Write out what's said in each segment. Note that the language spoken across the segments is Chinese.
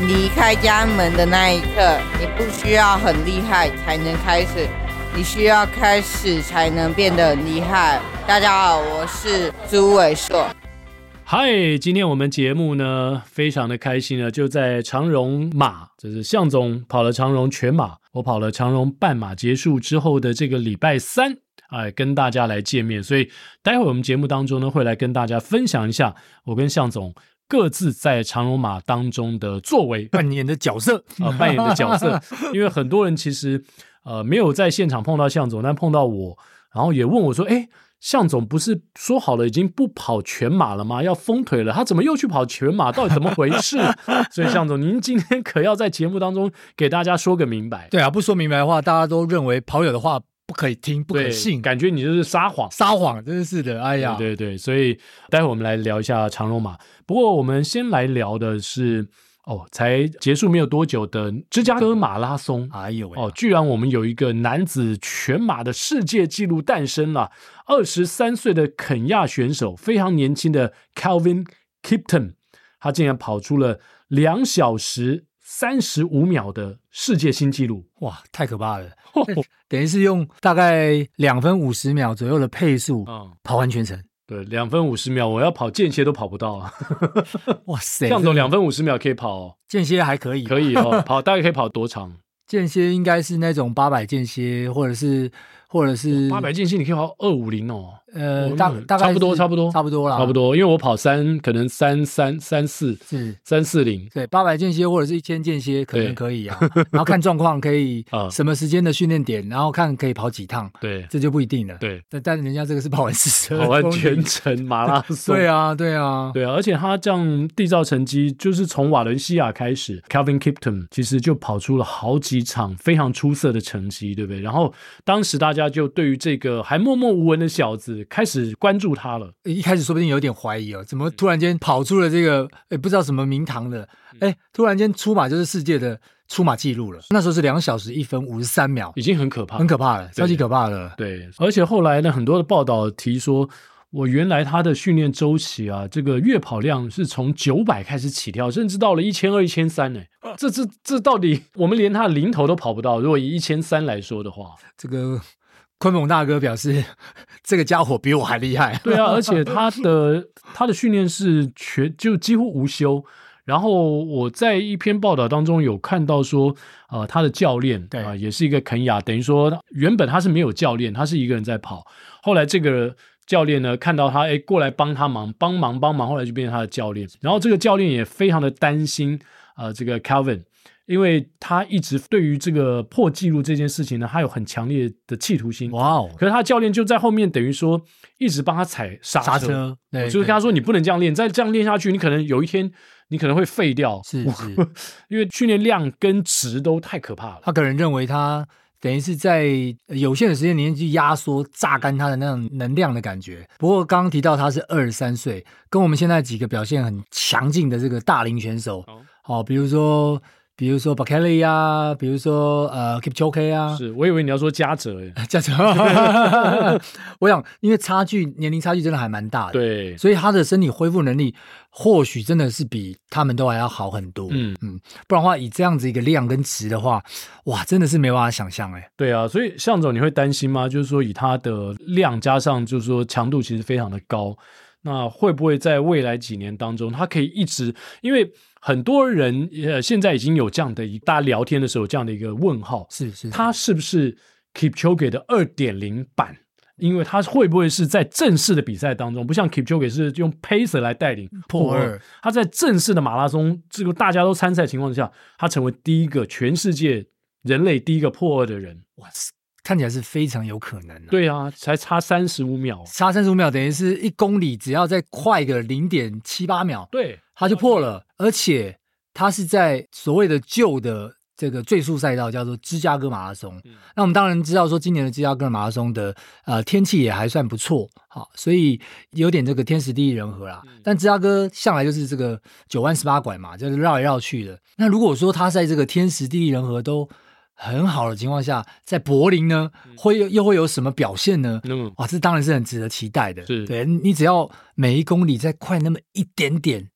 离开家门的那一刻。你不需要很厉害才能开始，你需要开始才能变得很厉害。大家好，我是朱伟硕。嗨，今天我们节目呢非常的开心呢，就在长荣马，就是向总跑了长荣全马，我跑了长荣半马，结束之后的这个礼拜三，哎，跟大家来见面。所以待会我们节目当中呢，会来跟大家分享一下我跟向总各自在长荣马当中的作为。扮演的角色， 呃扮演的角色，因为很多人其实呃没有在现场碰到向总，但碰到我，然后也问我说：“哎，向总不是说好了已经不跑全马了吗？要封腿了，他怎么又去跑全马？到底怎么回事？” 所以向总，您今天可要在节目当中给大家说个明白，对啊，不说明白的话，大家都认为跑友的话不可以听，不可对信，感觉你就是撒谎。撒谎，真是的，哎呀，对对对，所以待会我们来聊一下长绒马。不过我们先来聊的是哦，才结束没有多久的芝加哥马拉松。哎呦喂，哦，居然我们有一个男子全马的世界纪录诞生了！二十三岁的肯亚选手，非常年轻的 Calvin Kipton，他竟然跑出了两小时三十五秒的世界新纪录。哇，太可 怕了，哦等于是用大概两分五十秒左右的配速嗯，跑完 全程，对，两分五十秒，我要跑间歇都跑不到啊！哇塞，向这总两分五十秒可以跑、哦，间歇还可以，可以哦，跑大概可以跑多长？间歇应该是那种八百间歇，或者是或者是八百间歇你可以跑二五零哦。呃哦大那大概差不多，是差不多，差不多啦，差不多。因为我跑三，可能三三三四是。三四零，对，八百间歇或者是一千间歇可对能可以 啊，然后看状况可以啊什么时间的训练点，然后看可以跑几趟，对这就不一定了。对，但但人家这个是跑完四 十跑完全程马拉 松。对啊，对啊，对啊，而且他这样缔造成绩，就是从瓦伦西亚开始，Calvin Kipton 其实就跑出了好几场非常出色的成绩，对不对？然后当时大家就对于这个还默默无闻的小子开始关注他了。一开始说不定有点怀疑哦，怎么突然间跑出了这个，哎，不知道什么名堂的，嗯哎，突然间出马就是世界的出马记录了。那时候是两小时一分五十三秒 已，经很可怕，很可怕了，对超级可怕了。对，而且后来呢，很多的报道提说，我原来他的训练周期啊，这个月跑量是从九百开始起跳，甚至到了一千二、一千三呢。这这这到底，我们连他的零头都跑不到。如果以一千三来说的话，这个 昆蒙大哥表示， 这个家伙比我还厉害。对啊，而且他的他的训练是全就几乎无休。然后我在一篇报道当中有看到说，呃，他的教练对啊、也是一个肯雅，等于说原本他是没有教练，他是一个人在跑。后来这个教练呢，看到他哎过来帮他忙，帮忙帮忙，后来就变成他的教练。然后这个教练也非常的担心呃这个 Calvin，因为他一直对于这个破纪录这件事情呢，他有很强烈的企图心。哇哦，嗯可是他教练就在后面，等于说一直帮他踩刹车。刹车，我对，就是跟对他说，你不能这样练，再这样练下去，你可能有一天你可能会废掉，是是，因为训练量跟值都太可怕了。他可能认为他等于是在有限的时间里面去压缩、榨干他的那种能量的感觉。不过刚刚提到他是二十三岁，跟我们现在几个表现很强劲的这个大龄选手，哦哦，比如说比如说 b a k e l y 啊，比如说呃 Kipchoge 啊。是我以为你要说嘉泽，哎这样子， 我想，因为差距年龄差距真的还蛮大的，，对，所以他的身体恢复能力或许真的是比他们都还要好很多，嗯，不然的话，以这样子一个量跟值的话，哇，真的是没办法想象哎、对啊，所以向总你会担心吗？就是说以他的量加上，就是说强度其实非常的高，那会不会在未来几年当中，他可以一直因为？很多人呃现在已经有这样的一大家聊天的时候有这样的一个问号，是是，他是不是 Kipchoge 的二点零版？因为他会不会是在正式的比赛当中，不像 Kipchoge 是用 pacer 来带领破二他在正式的马拉松这个大家都参赛情况之下，他成为第一个全世界人类第一个破二的人。哇塞，看起来是非常有可能、啊。，对啊，才差三十五秒。差三十五秒等于是一公里，只要再快个零点七八秒，对，它就破了。而且它是在所谓的旧的这个最速赛道，叫做芝加哥马拉松。嗯那我们当然知道说，今年的芝加哥马拉松的呃天气也还算不错，好，所以有点这个天时地利人和啦。嗯但芝加哥向来就是这个九弯十八拐嘛，就是绕来绕去的。那如果说它在这个天时地利人和都很好的情况下，在柏林呢，嗯会有又会有什么表现呢？那么哦哇，这当然是很值得期待的。是对你只要每一公里再快那么一点点，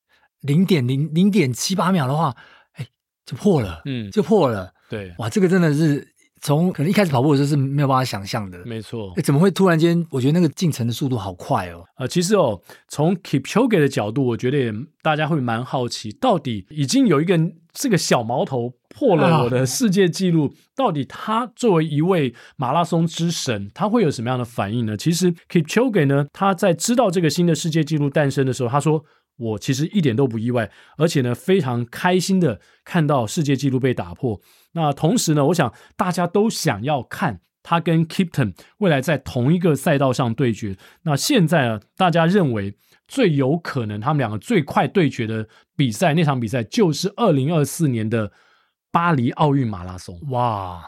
零点零零点七八秒的话，哎，就破了，嗯，就破了。对，哇，这个真的是从可能一开始跑步的时候是没有办法想象的。没错哎，。怎么会突然间？我觉得那个进程的速度好快哦。呃，其实哦，从 Kipchoge 的角度，我觉得也大家会蛮好奇，到底已经有一个这个小毛头破了我的世界纪录，到底他作为一位马拉松之神，他会有什么样的反应呢？其实 Kipchoge 呢，他在知道这个新的世界纪录诞生的时候，他说。我其实一点都不意外，而且呢，非常开心的看到世界纪录被打破。那同时呢，我想大家都想要看他跟 Kipton 未来在同一个赛道上对决。那现在啊，大家认为最有可能他们两个最快对决的比赛，那场比赛就是二零二四年的巴黎奥运马拉松。 哇！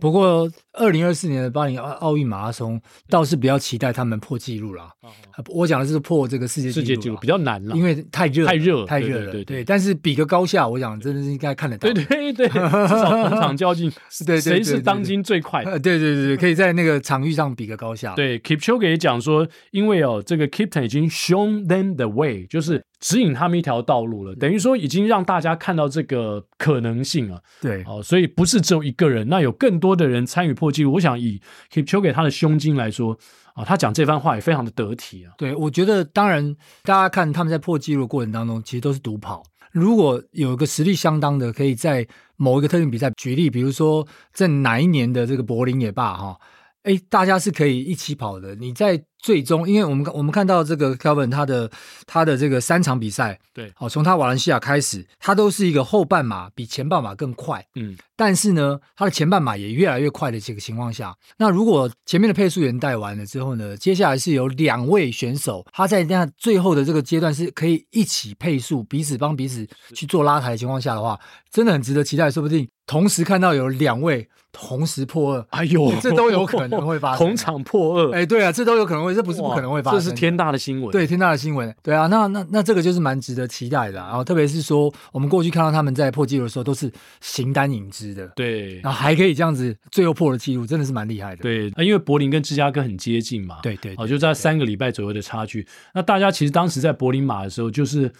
不过，二零二四年的巴黎奥奥运马拉松倒是比较期待他们破纪录啦。呃我讲的是破这个世界纪哦世录啦，界纪录比较难了，因为太热了，太热了太热对了。对对对但是比个高下，我想真的是应该看得到。对 对对，至少同场较劲， 对对对谁对是对当今最快的？呃，对对对对，可以在那个场域上比个高下。，对，Kipchoge 也讲说，因为哦，这个 Kipton 已经 shown them the way，就是指引他们一条道路了，等于说已经让大家看到这个可能性了。对，哦，所以不是只有一个人，那有更多的人参与破纪录。我想以 Kipchoge 他的胸襟来说啊，他讲这番话也非常的得体啊。对，我觉得当然，大家看他们在破纪录的过程当中，其实都是独跑。如果有一个实力相当的，可以在某一个特定比赛举例，比如说在哪一年的这个柏林也罢，哈，哎，大家是可以一起跑的。你在最终，因为我们我们看到这个 Kelvin 他的他的这个三场比赛，对好，从他瓦伦西亚开始，他都是一个后半马比前半马更快，嗯，但是呢，它的前半马也越来越快的这个情况下，那如果前面的配速员带完了之后呢，接下来是有两位选手，他在那最后的这个阶段是可以一起配速，彼此帮彼此去做拉抬的情况下的话，真的很值得期待，说不定同时看到有两位同时破 二，哎呦这都有可能会发生。 同，场破二，哎，对啊，这都有可能会，这不是不可能会发生，这是天大的新闻。对，，听到的新闻，对啊，那那那这个就是蛮值得期待的啊、然后特别是说，我们过去看到他们在破纪录的时候都是形单影只的，对，然后还可以这样子最后破了纪录，真的是蛮厉害的。对，啊因为柏林跟芝加哥很接近嘛，，对对哦，就在三个礼拜左右的差距。那大家其实当时在柏林马的时候，就是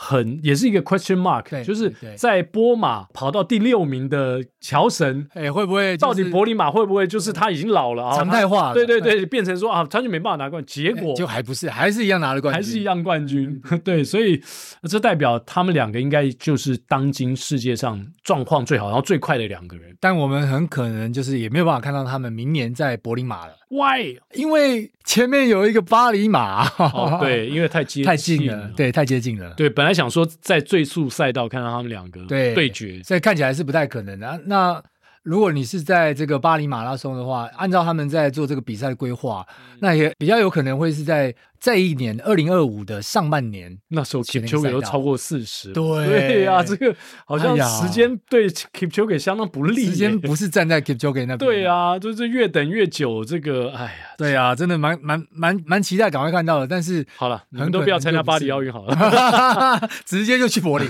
很也是一个 question 对 mark，就是对对在波马跑到第六名的乔神，哎、会不会、到底柏林马会不会就是他已经老了啊？常态化他了对对对，变成说啊，他就没办法拿冠军，结果就还不是还是一样拿了冠还军，是一。样冠军。 对，所以这代表他们两个应该就是当今世界上状况最好，然后最快的两个人。但我们很可能就是也没有办法看到他们明年在柏林马了， Why？因为前面有一个巴黎马，哦，对，因为太接 太近了了，。对，太接近了，对，本来想说在最速赛道看到他们两个对对决，所以看起来是不太可能的、啊。那如果你是在这个巴黎马拉松的话，按照他们在做这个比赛的规划，嗯那也比较有可能会是在在一年二零二五的上半年。那时候前面 Kipchoge 赛道都超过四十。对 对呀、这个好像哎呀时间对 Kipchoge 相当不利耶。时间不啊是站在 Kipchoge 那边，对，啊，就是越等越久，这个哎呀，对啊，真的蛮蛮蛮蛮期待赶快看到的，但 是好了，你很们都可不要能参就加不巴是黎奥运 好了。直接就去 柏林，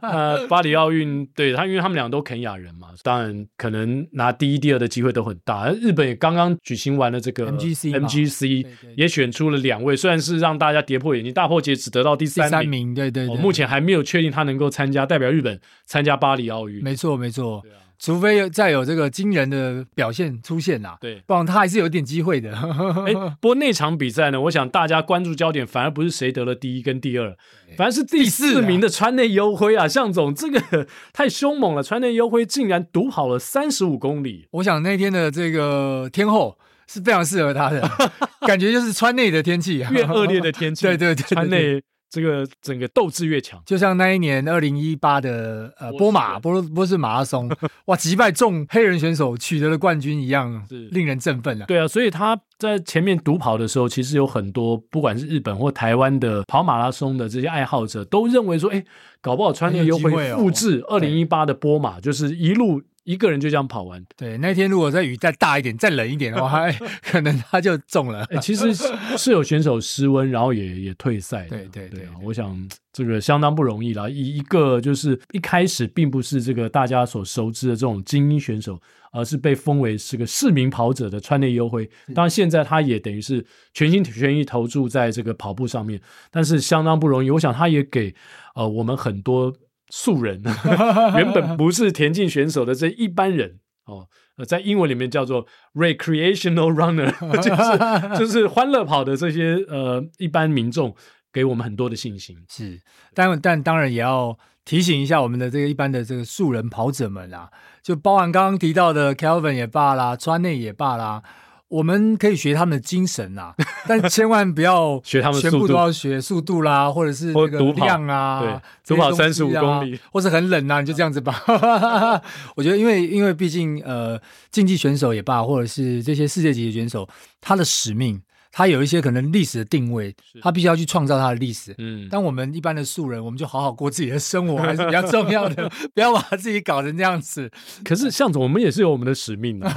呃，巴黎奥运，对他，因为他们俩都肯雅人嘛，当然可能拿第一、第二的机会都很大。而日本也刚刚举行完了这个 MGC 嘛 MGC 对对也选出了两位，虽然是让大家跌破眼镜，大破节只得到第第三名，三名，对对哦对，目前还没有确定他能够参加代表日本参加巴黎奥运。没错没错。啊除非有再有这个惊人的表现出现啦，对不然他还是有点机会的。 哎，不过那场比赛呢，我想大家关注焦点反而不是谁得了第一跟第二，反而是第四名的川内优辉啊，向总这个 太凶猛了，川内优辉竟然独跑了三十五 公里，我想那天的这个天后是非常适合 他的，感觉就是川内的天气，越恶劣的天气，对对对对对川内这个整个斗志越强。 就像那一年二零一八的呃波士波马波波士马拉松，哇，击败众黑人选手取得了冠军一样是，令人振奋啊！对啊，所以他在前面独跑的时候，其实有很多不管是日本或台湾的跑马拉松的这些爱好者，都认为说，哎，搞不好川内优很有机辉会哦复制二零一八的波马，就是一路一个人就这样跑完。对，那天如果再雨再大一点，再冷一点的 话，哎可能他就中了。哎，其实是是有选手失温，然后也也退赛的。对对对啊对对我想这个相当不容易啦。以一个就是一开始并不是这个大家所熟知的这种精英选手，而是被封为是个市民跑者的川内优辉。当然，现在他也等于是全心全意投注在这个跑步上面，但是相当不容易。我想他也给呃我们很多素人， 原本不是田径选手的这一般人哦。呃，在英文里面叫做 recreational runner，就是就是欢乐跑的这些呃一般民众，给我们很多的信心。是，但但当然也要提醒一下我们的这个一般的这个素人跑者们啦，就包含刚刚提到的 Kelvin 也罢啦，川内也罢啦，我们可以学他们的精神啦，但千万不要 学他们全速部度都要学速度啦，或者是或这个独跑量啊，对这独些跑东西35啊公里，或是很冷啊，你就这样子吧。 我觉得因为因为毕竟呃竞技选手也罢，或者是这些世界级的选手，他的使命。他有一些可能历史的定位，他必须要去创造他的历史。嗯，当我们一般的素人，我们就好好过自己的生活还是比较重要 的，不要把自己搞成这样子。可是向总，我们也是有我们的使命的。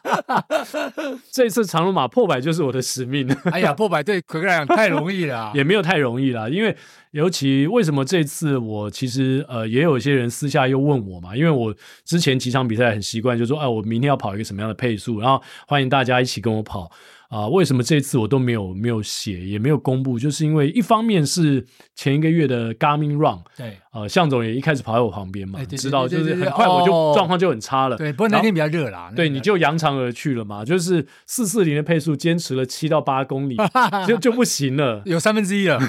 这一次长龙马破百就是我的使命，哎呀，破百对奎克来讲太容易了、啊 。也没有太容易啦。因为尤其为什么这次我其实呃也有一些人私下又问我嘛，因为我之前几场比赛很习惯，就说啊我明天要跑一个什么样的配速，然后欢迎大家一起跟我跑。啊、为什么这次我都没有没有写，也没有公布？就是因为一方面是前一个月的 Garmin Run，对呃，向总也一开始跑在我旁边嘛，哎对对知道对就对是对很快我就、哦状况就很差了。对，不过那天比较热啦。那对，天比你较就扬长而去了嘛，就是四四零的配速坚持了七到八公 里，就就不行了。有三分之 一了。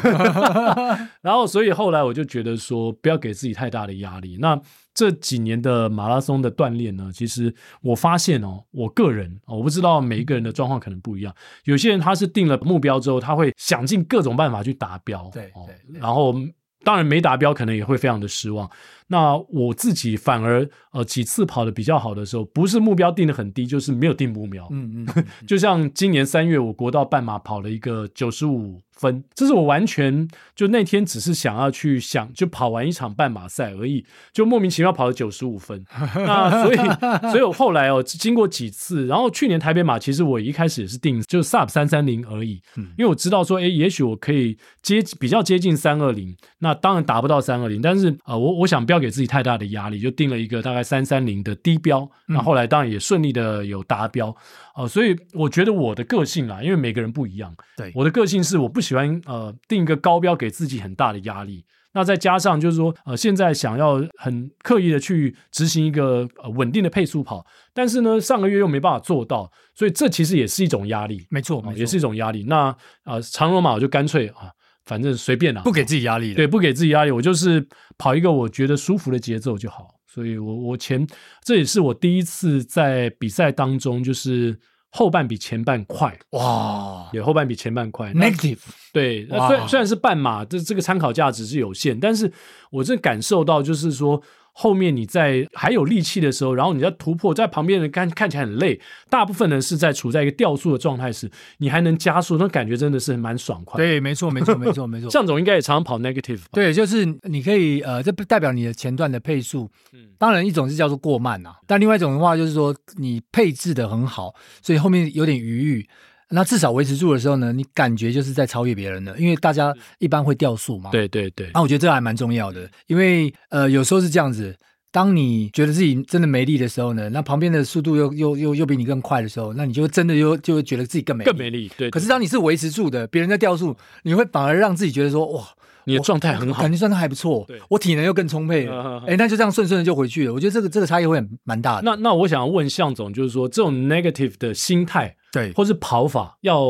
然后，所以后来我就觉得说，不要给自己太大的压力。那这几年的马拉松的锻炼呢，其实我发现哦，我个人、哦、我不知道每一个人的状况可能不一样。有些人他是定了目标之后，他会想尽各种办法去达标，哦对对对然后当然没达标，可能也会非常的失望。那我自己反而呃几次跑的比较好的时候，不是目标定的很低，就是没有定目标，嗯嗯嗯，就像今年三月，我国道半马跑了一个九十五分，这是我完全就那天只是想要去想，就跑完一场半马赛而已，就莫名其妙跑了九十五分。那所以，所以我后来哦，经过几次，然后去年台北马，其实我一开始也是定就 sub 三三零而已，嗯因为我知道说，诶，也许我可以接比较接近三二零，那当然达不到三二零，但是呃，我我想不要给自己太大的压力，就定了一个大概三三零的低标，那后来当然也顺利的有达标，呃，所以我觉得我的个性啦，因为每个人不一样，对我的个性是我不喜欢呃定一个高标给自己很大的压力。那再加上就是说，呃，现在想要很刻意的去执行一个呃稳定的配速跑，但是呢，上个月又没办法做到，所以这其实也是一种压力，没错，哦没错也是一种压力。那呃，长龙马我就干脆啊，反正随便啦、不给自己压力的。对，不给自己压力，我就是跑一个我觉得舒服的节奏就好。所以我我前这也是我第一次在比赛当中，就是后半比前半快，哇也后半比前半快。那，negative 对，那哇虽然虽然是半马，这这个参考价值是有限，但是我真的感受到就是说。后面你在还有力气的时候，然后你在突破，在旁边的人看看起来很累，大部分人是在处在一个掉速的状态时，你还能加速，那感觉真的是蛮爽快。，对，没错，没错，没错，没错。向总应该也常常跑 negative 吧？对，就是你可以呃，这不代表你的前段的配速，当然一种是叫做过慢啊，但另外一种的话就是说你配置的很好，所以后面有点余裕。那至少维持住的时候呢，你感觉就是在超越别人了，因为大家一般会掉速嘛。，对对对，那我觉得这还蛮重要的，因为呃有时候是这样子，当你觉得自己真的没力的时候呢，那旁边的速度又又又又比你更快的时候，那你就真的又就会觉得自己更没力更没力。对，可是当你是维持住的，别人在掉速，你会反而让自己觉得说哇，你的状态很好感，觉算他还不错对，我体能又更充沛嗯嗯了，嗯哎、那就这样顺顺的就回去了。我觉得这个这个差异会很蛮大的。那那我想问向总，就是说这种 negative 的心态对，或是跑法，要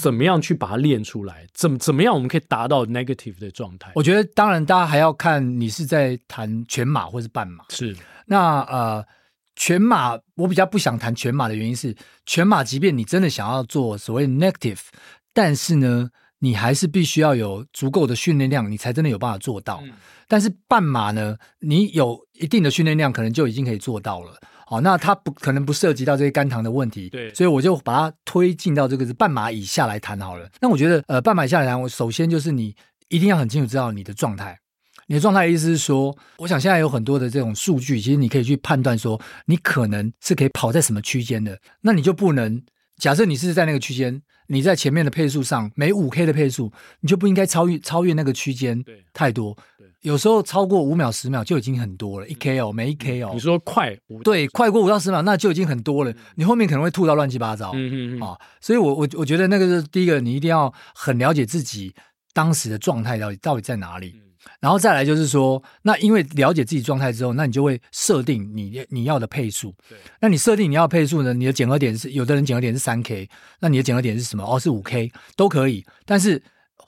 怎么样去把它练出来？怎么怎么样我们可以达到 negative 的状态？我觉得当然大家还要看你是在谈全马或是半马。是那呃，全马我比较不想谈全马的原因是，全马即便你真的想要做所谓 negative，但是呢，你还是必须要有足够的训练量，你才真的有办法做到。嗯但是半马呢，你有一定的训练量，可能就已经可以做到了。好，那它不可能不涉及到这些肝糖的问题，对所以我就把它推进到这个是半马以下来谈好了。那我觉得，呃，半马以下来谈，我首先就是你一定要很清楚知道你的状态，你的状态的意思是说，我想现在有很多的这种数据，其实你可以去判断说，你可能是可以跑在什么区间的，那你就不能假设你是在那个区间，你在前面的配速上，每五 K 的配速，你就不应该超越超越那个区间对太多对。嗯有时候超过五秒、十秒就已经很多了，一 K 哦，每一 K 哦你，说嗯快舞蹈对，快过五到十秒那就已经很多了，你后面可能会吐到乱七八糟。嗯嗯嗯，啊，所以我我我觉得那个是第一个，你一定要很了解自己当时的状态到底到底在哪里嗯，然后再来就是说，那因为了解自己状态之后，那你就会设定你你要的配速对。那你设定你要的配速呢？你的检核点是有的人检核点是三 K，那你的检核点是什么？哦，是五 K 都可以，但是。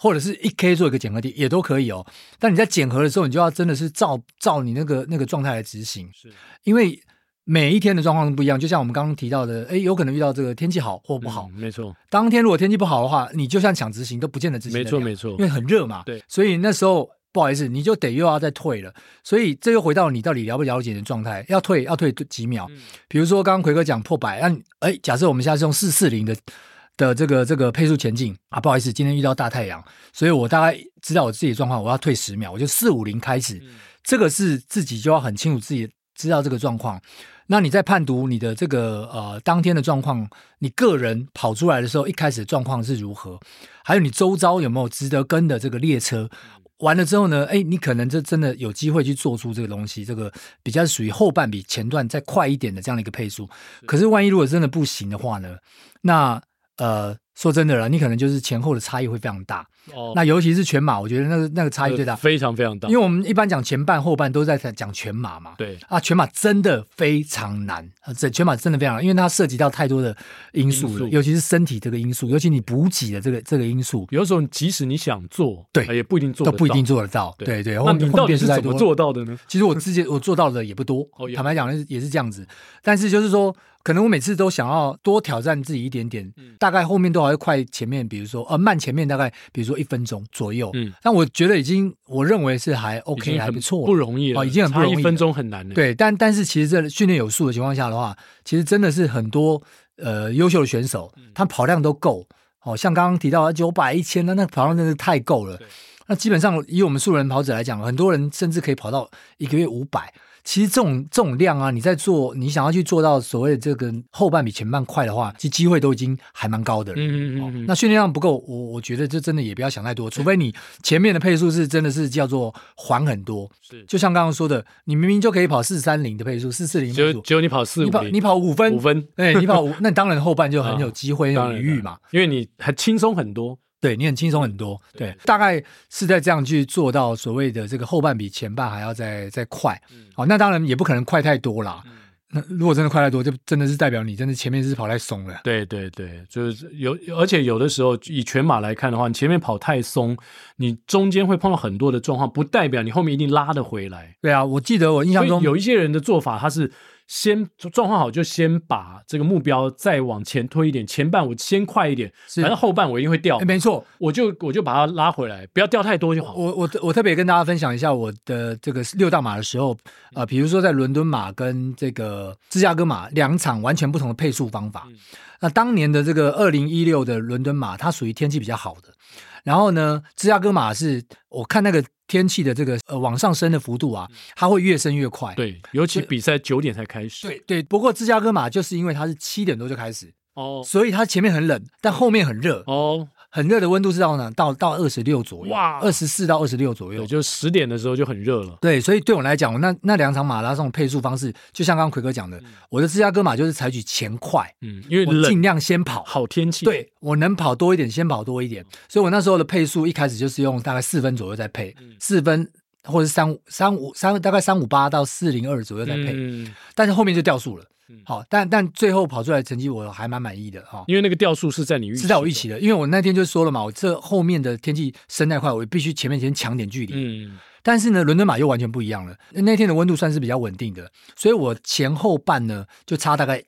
或者是一 K 做一个检核点也都可以哦，但你在检核的时候，你就要真的是照照你那个那个状态来执行。是因为每一天的状况都不一样，就像我们刚刚提到的，哎，有可能遇到这个天气好或不好。嗯没错，当天如果天气不好的话，你就算想执行都不见得执行没得错，了没错因为，很热嘛。对，所以那时候不好意思，你就得又要再退了。所以这又回到你到底了不了解你的状态，要退要退几秒。嗯比如说刚刚奎哥讲破百，那你哎，假设我们现在是用四四零的的这个这个配速前进啊，不好意思，今天遇到大太阳，所以我大概知道我自己的状况，我要退十秒，我就四五零开始。嗯这个是自己就要很清楚自己知道这个状况。那你在判读你的这个呃当天的状况，你个人跑出来的时候，一开始的状况是如何？还有你周遭有没有值得跟的这个列车？完了之后呢，哎，你可能这真的有机会去做出这个东西，这个比较属于后半比前段再快一点的这样的一个配速。可是万一如果真的不行的话呢，那呃说真的了，你可能就是前后的差异会非常大。哦那尤其是全马，我觉得那个那个差异最大，非常非常大，哎因为我们一般讲前半后半都在讲全马嘛，对啊，全马真的非常难，呃这全马真的非常难，因为它涉及到太多的因素因了，素尤其是身体这个因素，尤其你补给的这个这个因素有时候即使你想做，对呃也不一定做都得不一定到。做得到，对对，那后你面到后底面是太怎多了么做到的呢？其实我自己我做到的也不多， 哦也坦白讲也是这样子。但是就是说，可能我每次都想要多挑战自己一点点，嗯大概后面都还会快前面，比如说呃慢前面大概比如说一分钟左右。嗯但我觉得已经我认为是还已经 OK 还很不错，不容易了，哦已经很不容易差了一分钟很难了。，对，但但是其实这训练有素的情况下的话，其实真的是很多呃优秀的选手，嗯他跑量都够。哦，像刚刚提到九百、一千，那那跑量真的是太够了对。那基本上以我们素人跑者来讲，很多人甚至可以跑到一个月五百。其实这种这种量啊，你在做，你想要去做到所谓的这个后半比前半快的话，其实机会都已经还蛮高的了。嗯嗯嗯嗯，那训练量不够，我我觉得就真的也不要想太多，除非你前面的配速是真的是叫做缓很多，是就像刚刚说的，你明明就可以跑四三零的配速，四四零只配有速，只有你跑四五你跑零你跑五分，五，分，哎，你跑五，那当然后半就很 啊有机会、当很然有余裕嘛，，因为你还轻松很多。对你很轻松很多，对对，大概是在这样去做到所谓的这个后半比前半还要再再快，嗯哦，那当然也不可能快太多啦。那如果真的快太多，就真的是代表你真的前面是跑太松了。对对对，就是有，而且有的时候以全马来看的话，你前面跑太松，你中间会碰到很多的状况，不代表你后面一定拉得回来。对啊，我记得我印所象以中有一些人的做法，他是先状况好就先把这个目标再往前推一点，前半我先快一点，是反正后半我一定会掉哎，，没错，我就我就把它拉回来，不要掉太多就好。我我我特别跟大家分享一下我的这个六大马的时候，呃，比如说在伦敦马跟这个芝加哥马两场完全不同的配速方嗯法。那当年的这个二零一六的伦敦马，它属于天气比较好的，然后呢，芝加哥马是我看那个天气的这个呃往上升的幅度啊，它会越升越快。嗯对，尤其比赛九点才开始。对对，不过芝加哥马就是因为它是七点多就开始，哦所以它前面很冷，但后面很热。哦，很热的温度是到哪？到到二十六左右，哇二十四到二十六左右对，。就十点的时候就很热了。对，所以对我来讲，我那那两场马拉松的配速方式，就像刚刚奎哥讲的，我的芝加哥马就是采取前快，嗯，因为我尽冷量先跑，好天气，，对我能跑多一点，先跑多一嗯点。所以我那时候的配速一开始就是用大概四分左右在配，嗯四分或者是三五三五三，大概三五八到四零二左右在配，嗯，但是后面就掉速了嗯。好，但但最后跑出来的成绩我还蛮满意的哈。因为那个调数是在你预期是在我预期的，的，因为我那天就说了嘛，我这后面的天气升太快，我必须前面先抢点距离。嗯，但是呢，伦敦马又完全不一样了，那天的温度算是比较稳定的，所以我前后半呢就差大概。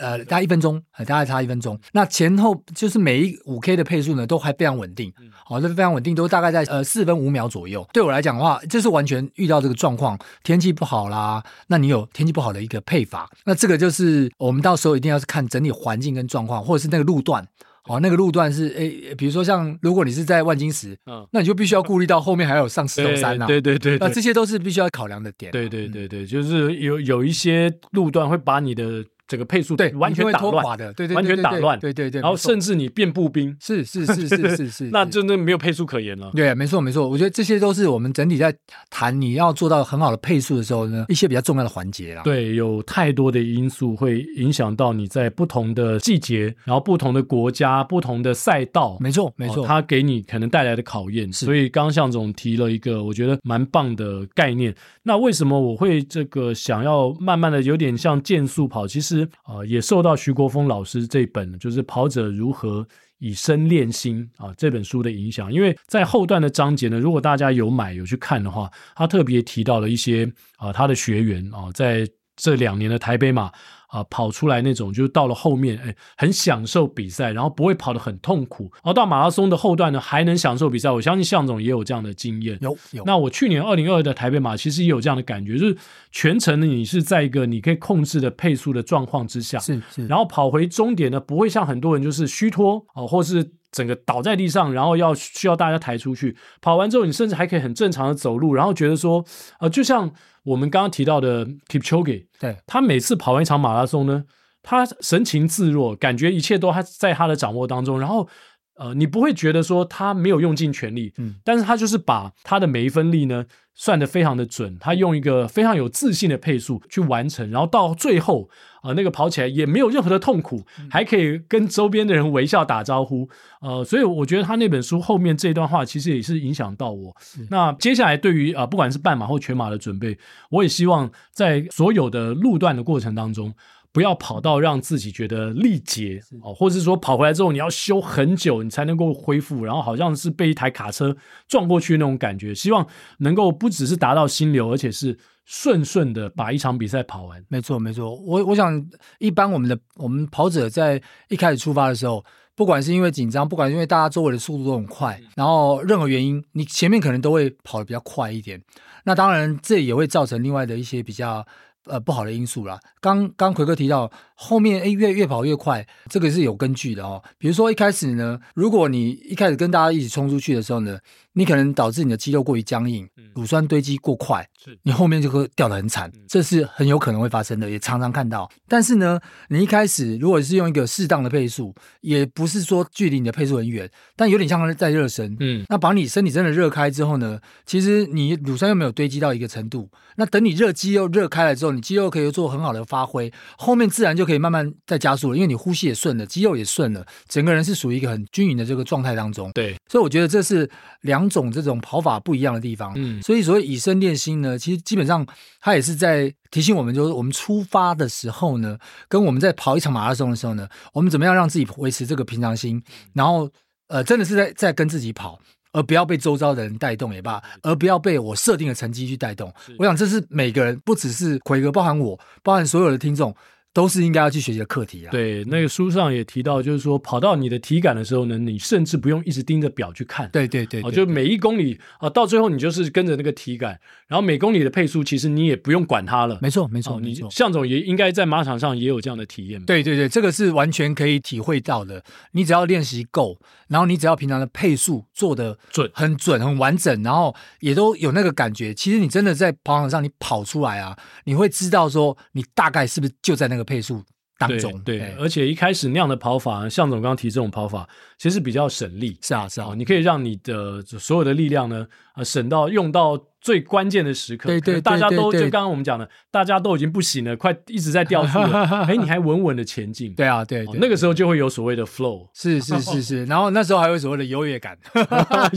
呃，大概一分钟，呃大概差一分钟。那前后就是每一五 K 的配速呢，都还非常稳定，嗯好、都非常稳定，都大概在呃四分五秒左右。对我来讲的话，这是完全遇到这个状况，天气不好啦，那你有天气不好的一个配法，那这个就是我们到时候一定要是看整体环境跟状况，或者是那个路段，好、那个路段是诶，比如说像如果你是在万金石，嗯那你就必须要顾虑到后面还有上石头山呐、啊对对对那对呃这嗯些都是必须要考量的点。啊对对对对，就是有有一些路段会把你的整个配速对，完全一定打会拖垮乱，的，对对，对完全打乱对对对对。然后没错甚至你变步兵，，是是是是是是 那是真的没有配速可言了。对，没错没错。我觉得这些都是我们整体在谈你要做到很好的配速的时候呢，一些比较重要的环节啦。对，有太多的因素会影响到你在不同的季节，然后不同的国家、不同的赛道，没错没哦错，它给你可能带来的考验。是所以刚刚向总提了一个我觉得蛮棒的概念。那为什么我会这个想要慢慢的有点像渐速跑？其实呃，也受到徐国峰老师这本就是《跑者如何》。以身练心啊，这本书的影响，因为在后段的章节呢，如果大家有买有去看的话，他特别提到了一些啊、他的学员啊、在这两年的台北马啊、跑出来那种，就是到了后面，哎，很享受比赛，然后不会跑得很痛苦，然后到马拉松的后段呢，还能享受比赛。我相信向总也有这样的经验。有有。那我去年二零二的台北马其实也有这样的感觉，就是全程呢你是在一个你可以控制的配速的状况之下，是是，然后跑回终点呢，不会像很多人就是虚脱哦、或是整个倒在地上，然后要需要大家抬出去。跑完之后，你甚至还可以很正常的走路，然后觉得说，呃，就像我们刚刚提到的 Kipchoge，对他每次跑完一场马拉松呢，他神情自若，感觉一切都还在他的掌握当中，然后。呃，你不会觉得说他没有用尽全力，嗯，但是他就是把他的每一分力呢算得非常的准，他用一个非常有自信的配速去完成，然后到最后啊、呃那个跑起来也没有任何的痛苦，还可以跟周边的人微笑打招呼，呃，所以我觉得他那本书后面这段话其实也是影响到我。那接下来对于啊、呃不管是半马或全马的准备，我也希望在所有的路段的过程当中，不要跑到让自己觉得力竭哦，或者是说跑回来之后你要休很久，你才能够恢复，然后好像是被一台卡车撞过去那种感觉。希望能够不只是达到心流，而且是顺顺的把一场比赛跑完。没错，没错。我我想，一般我们的我们跑者在一开始出发的时候，不管是因为紧张，不管是因为大家周围的速度都很快，然后任何原因，你前面可能都会跑得比较快一点。那当然，这也会造成另外的一些比较。呃，不好的因素啦。刚刚奎哥提到，后面诶越越跑越快，这个是有根据的哦。比如说一开始呢，如果你一开始跟大家一起冲出去的时候呢，你可能导致你的肌肉过于僵硬，乳酸堆积过快，你后面就会掉得很惨，嗯这是很有可能会发生的，也常常看到。但是呢，你一开始如果是用一个适当的配速，也不是说距离你的配速很远，但有点像在热身。嗯，那把你身体真的热开之后呢，其实你乳酸又没有堆积到一个程度，那等你热肌肉热开了之后，你肌肉可以做很好的发挥，后面自然就可以慢慢再加速了，因为你呼吸也顺了，肌肉也顺了，整个人是属于一个很均匀的这个状态当中。对，所以我觉得这是两种这种跑法不一样的地方。嗯所以所谓以身练心呢，其实基本上它也是在提醒我们，就是我们出发的时候呢，跟我们在跑一场马拉松的时候呢，我们怎么样让自己维持这个平常心，嗯然后呃，真的是在在跟自己跑。而不要被周遭的人带动也罢，嗯而不要被我设定的成绩去带动。我想这是每个人，不只是奎哥，包含我，包含所有的听众，都是应该要去学习的课题啊。，对，那个书上也提到，就是说跑到你的体感的时候呢，你甚至不用一直盯着表去看。对对对哦，对就每一公里啊，到最后你就是跟着那个体感，然后每公里的配速，其实你也不用管它了。没错没错哦，没你错。向总也应该在马场上也有这样的体验。，对对对，这个是完全可以体会到的。你只要练习够，然后你只要平常的配速做的准很准、很完整，然后也都有那个感觉。其实你真的在跑场上你跑出来啊，你会知道说你大概是不是就在那个配速当对中。对哎，而且一开始那样的跑法，向总刚刚提这种跑法，其实比较省力。是啊是啊哦，，你可以让你的所有的力量呢，呃，省到用到最关键的时刻。对对可能大家对对都就对刚刚我们讲的，大家都已经不行了，快一直在掉速 了，哎，你还稳稳的前进。对啊对哦对，那个时候就会有所谓 的 flow 是是是是，然后那时候还有所谓的优越感，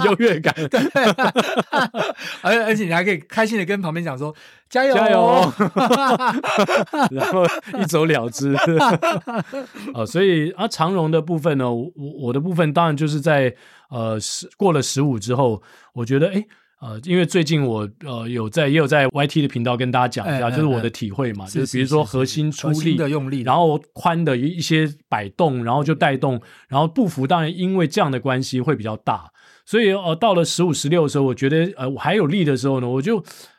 优越感。而而且你还可以开心的跟旁边讲说加油哦加油，哦然后一走了之。 呃，所以啊，长荣的部分呢，我我我的部分当然就是在呃十过了十五之后，我觉得诶呃，因为最近我呃有在也有在 YT 的频道跟大家讲一下，哎哎就是我的体会嘛，哎 就是比如说是是核心出核心力的用力然后宽的一一些摆动，然后就带动，然后步幅当然因为这样的关系会比较大，所以呃到了十五十六的时候，我觉得呃我还有力的时候呢，我就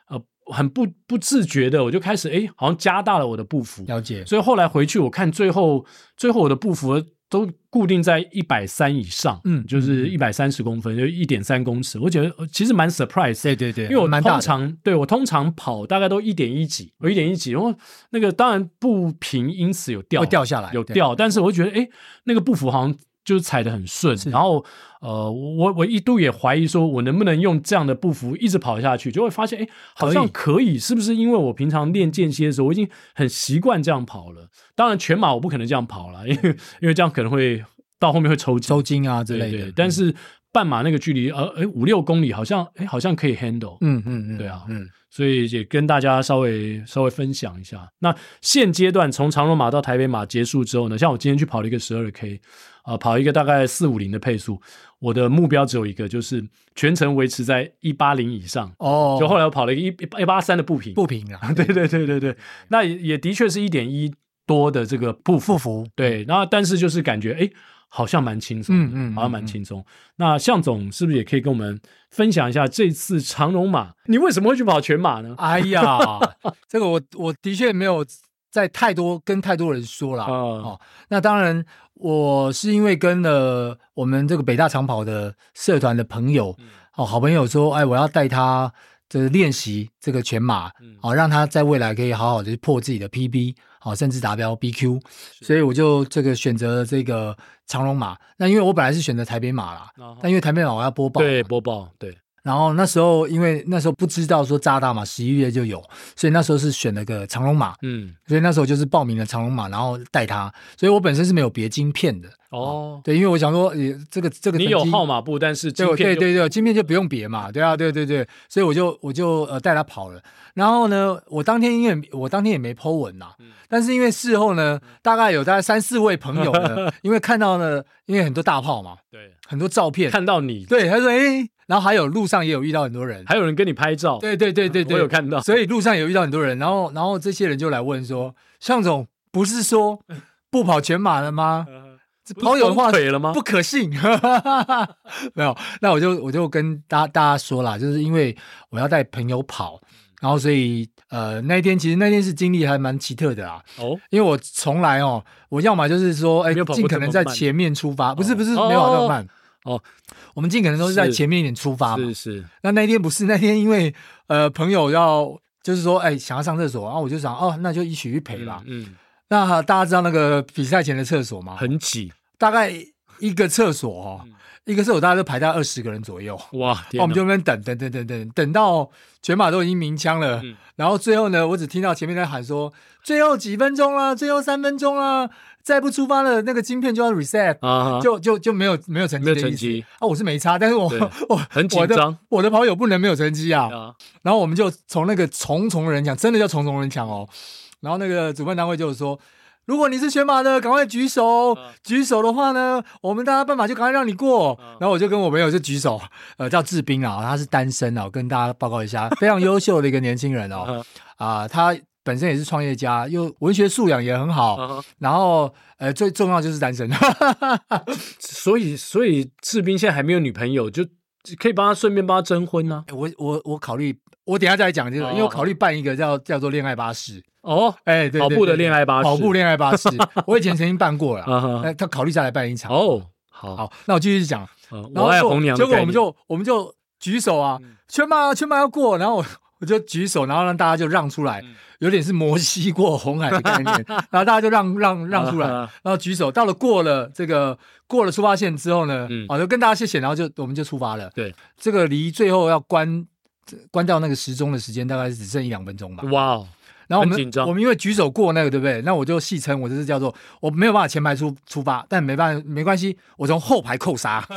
呃很不不自觉的我就开始诶好像加大了我的步幅，了解，所以后来回去我看最后最后我的步幅都固定在一百三以上，嗯就是一百三十公分，就一点三公尺，我觉得呃其实蛮 surprise 对对对，因为我蛮大通的嗯常对我通常跑大概都一点一几，我一点一几，然后那个当然步频因此有掉会掉下来有对掉，但是我就觉得哎，那个步幅好像就是踩得很顺，然后呃，我我一度也怀疑说我能不能用这样的步幅一直跑下去，就会发现哎，好像可以，是不是因为我平常练间歇的时候我已经很习惯这样跑了？当然全马我不可能这样跑了，因为 因为这样可能会到后面会抽筋，嗯抽筋啊之对类对的，，但是。半马那个距离，呃，哎，五六公里好像，哎，好像可以 handle，嗯嗯嗯，对啊嗯，所以也跟大家稍微稍微分享一下。那现阶段从长荣马到台北马结束之后呢，像我今天去跑了一个十二 K，啊，跑一个大概四五零的配速，我的目标只有一个，就是全程维持在一八零以上。哦，就后来我跑了一个一一八三的步频，不平啊，对对对对对，那也也的确是一点一多的这个步幅不 服，对，然后但是就是感觉哎，诶好像蛮轻松嗯的，嗯嗯好像蛮轻松。那向总是不是也可以跟我们分享一下这次长荣马，你为什么会去跑全马呢？哎呀， 这个我我的确没有在太多跟太多人说啦。嗯哦，那当然，我是因为跟了我们这个北大长跑的社团的朋友，嗯哦，好朋友说，哎，我要带他就是练习这个全马，嗯哦，让他在未来可以好好的破自己的 PB，好、甚至达标 BQ，所以我就这个选择了这个长龙马。那因为我本来是选择台北马啦，啊但因为台北马我要播报，对，播报，对，然后那时候因为那时候不知道说扎大嘛，十一月就有，所以那时候是选了个长龙马，嗯，所以那时候就是报名了长龙马，然后带他，所以我本身是没有别晶片的，哦，对，因为我想说，呃，这个这个你成有绩号码布，但是对晶片对就对对，晶片就不用别嘛，对啊，对对对，所以我就我就呃带他跑了。然后呢，我呃当天因为我当天也没 Po 文呐、嗯但是因为事后呢，大概有大概三四位朋友呢，因为看到呢，因为很多大炮嘛，对很多照片，看到你，对，他说哎，然后还有路上也有遇到很多人，还有人跟你拍照，对对对对对，我有看到 所以路上有遇到很多人，然后然后这些人就来问说，向总不是说不跑全马了 吗？这不是跑友的话崩腿啊了吗不可信， 没有。那我就我就跟大大家说啦，就是因为我要带朋友跑，嗯然后所以呃那一天其实那天是经历还蛮奇特的啦，哦，因为我从来哦，我要么就是说哎没有跑过尽可能这在么慢前面出发，不是不是没哦有跑那么慢哦，我们尽可能都是在是前面一点出发嘛，是是，那那一天不是那天，因为呃朋友要就是说哎想要上厕所，然后我就想哦那就一起去陪吧。嗯，那大家知道那个比赛前的厕所吗？很挤，大概一个厕所哦，一个厕所大概都排在二十个人左右。哇，那天哦哪我们就在那边等等等等等，等到全马都已经鸣枪了，嗯然后最后呢，我只听到前面在喊说最后几分钟啦，最后三分钟啦，再不出发了，那个晶片就要 reset，、啊，就就就没有没有成绩的没有成意思绩啊！我是没差，但是我对我很紧我的张我的跑友不能没有成绩啊！啊，然后我们就从那个重重人墙，真的叫重重人墙哦。然后那个主办单位就说，如果你是全马的，赶快举手，嗯举手的话呢，我们大家办法就赶快让你过。然后我就跟我朋友就举手，呃，叫志斌啊，他是单身啊，我跟大家报告一下，非常优秀的一个年轻人哦，啊、他。本身也是创业家，又文学素养也很好，啊然后呃最重要就是单身，所以所以志斌现在还没有女朋友，就可以帮他顺便帮他征婚啊呢。我我我考虑，我等一下再来讲这个，因为我考虑办一个叫叫做恋爱巴士，哦，哎，对，跑对步的对对恋爱巴士跑步恋爱巴 士，我以前曾经办过了啊哈，那他考虑下来办一场。哦，好，好，那我继续讲，嗯然我后爱就红娘的结果概我们念嗯就我们就举手啊，全马全马要过，然后我我就举手，然后让大家就让出嗯来，有点是摩西过红海的概 念，然后大家就让让啊让出来，嗯然后举手，到了过了这个过了出发线之后呢，嗯啊，就跟大家谢谢，然后就我们就出发了。对，这个离最后要关关掉那个时钟的时间大概只剩一两分钟吧。哇哦，然后我很们紧张我们因为举手过那个，对不对？那我就戏称我这是叫做我没有办法前排出出发，但没办没关系，我从后排扣杀，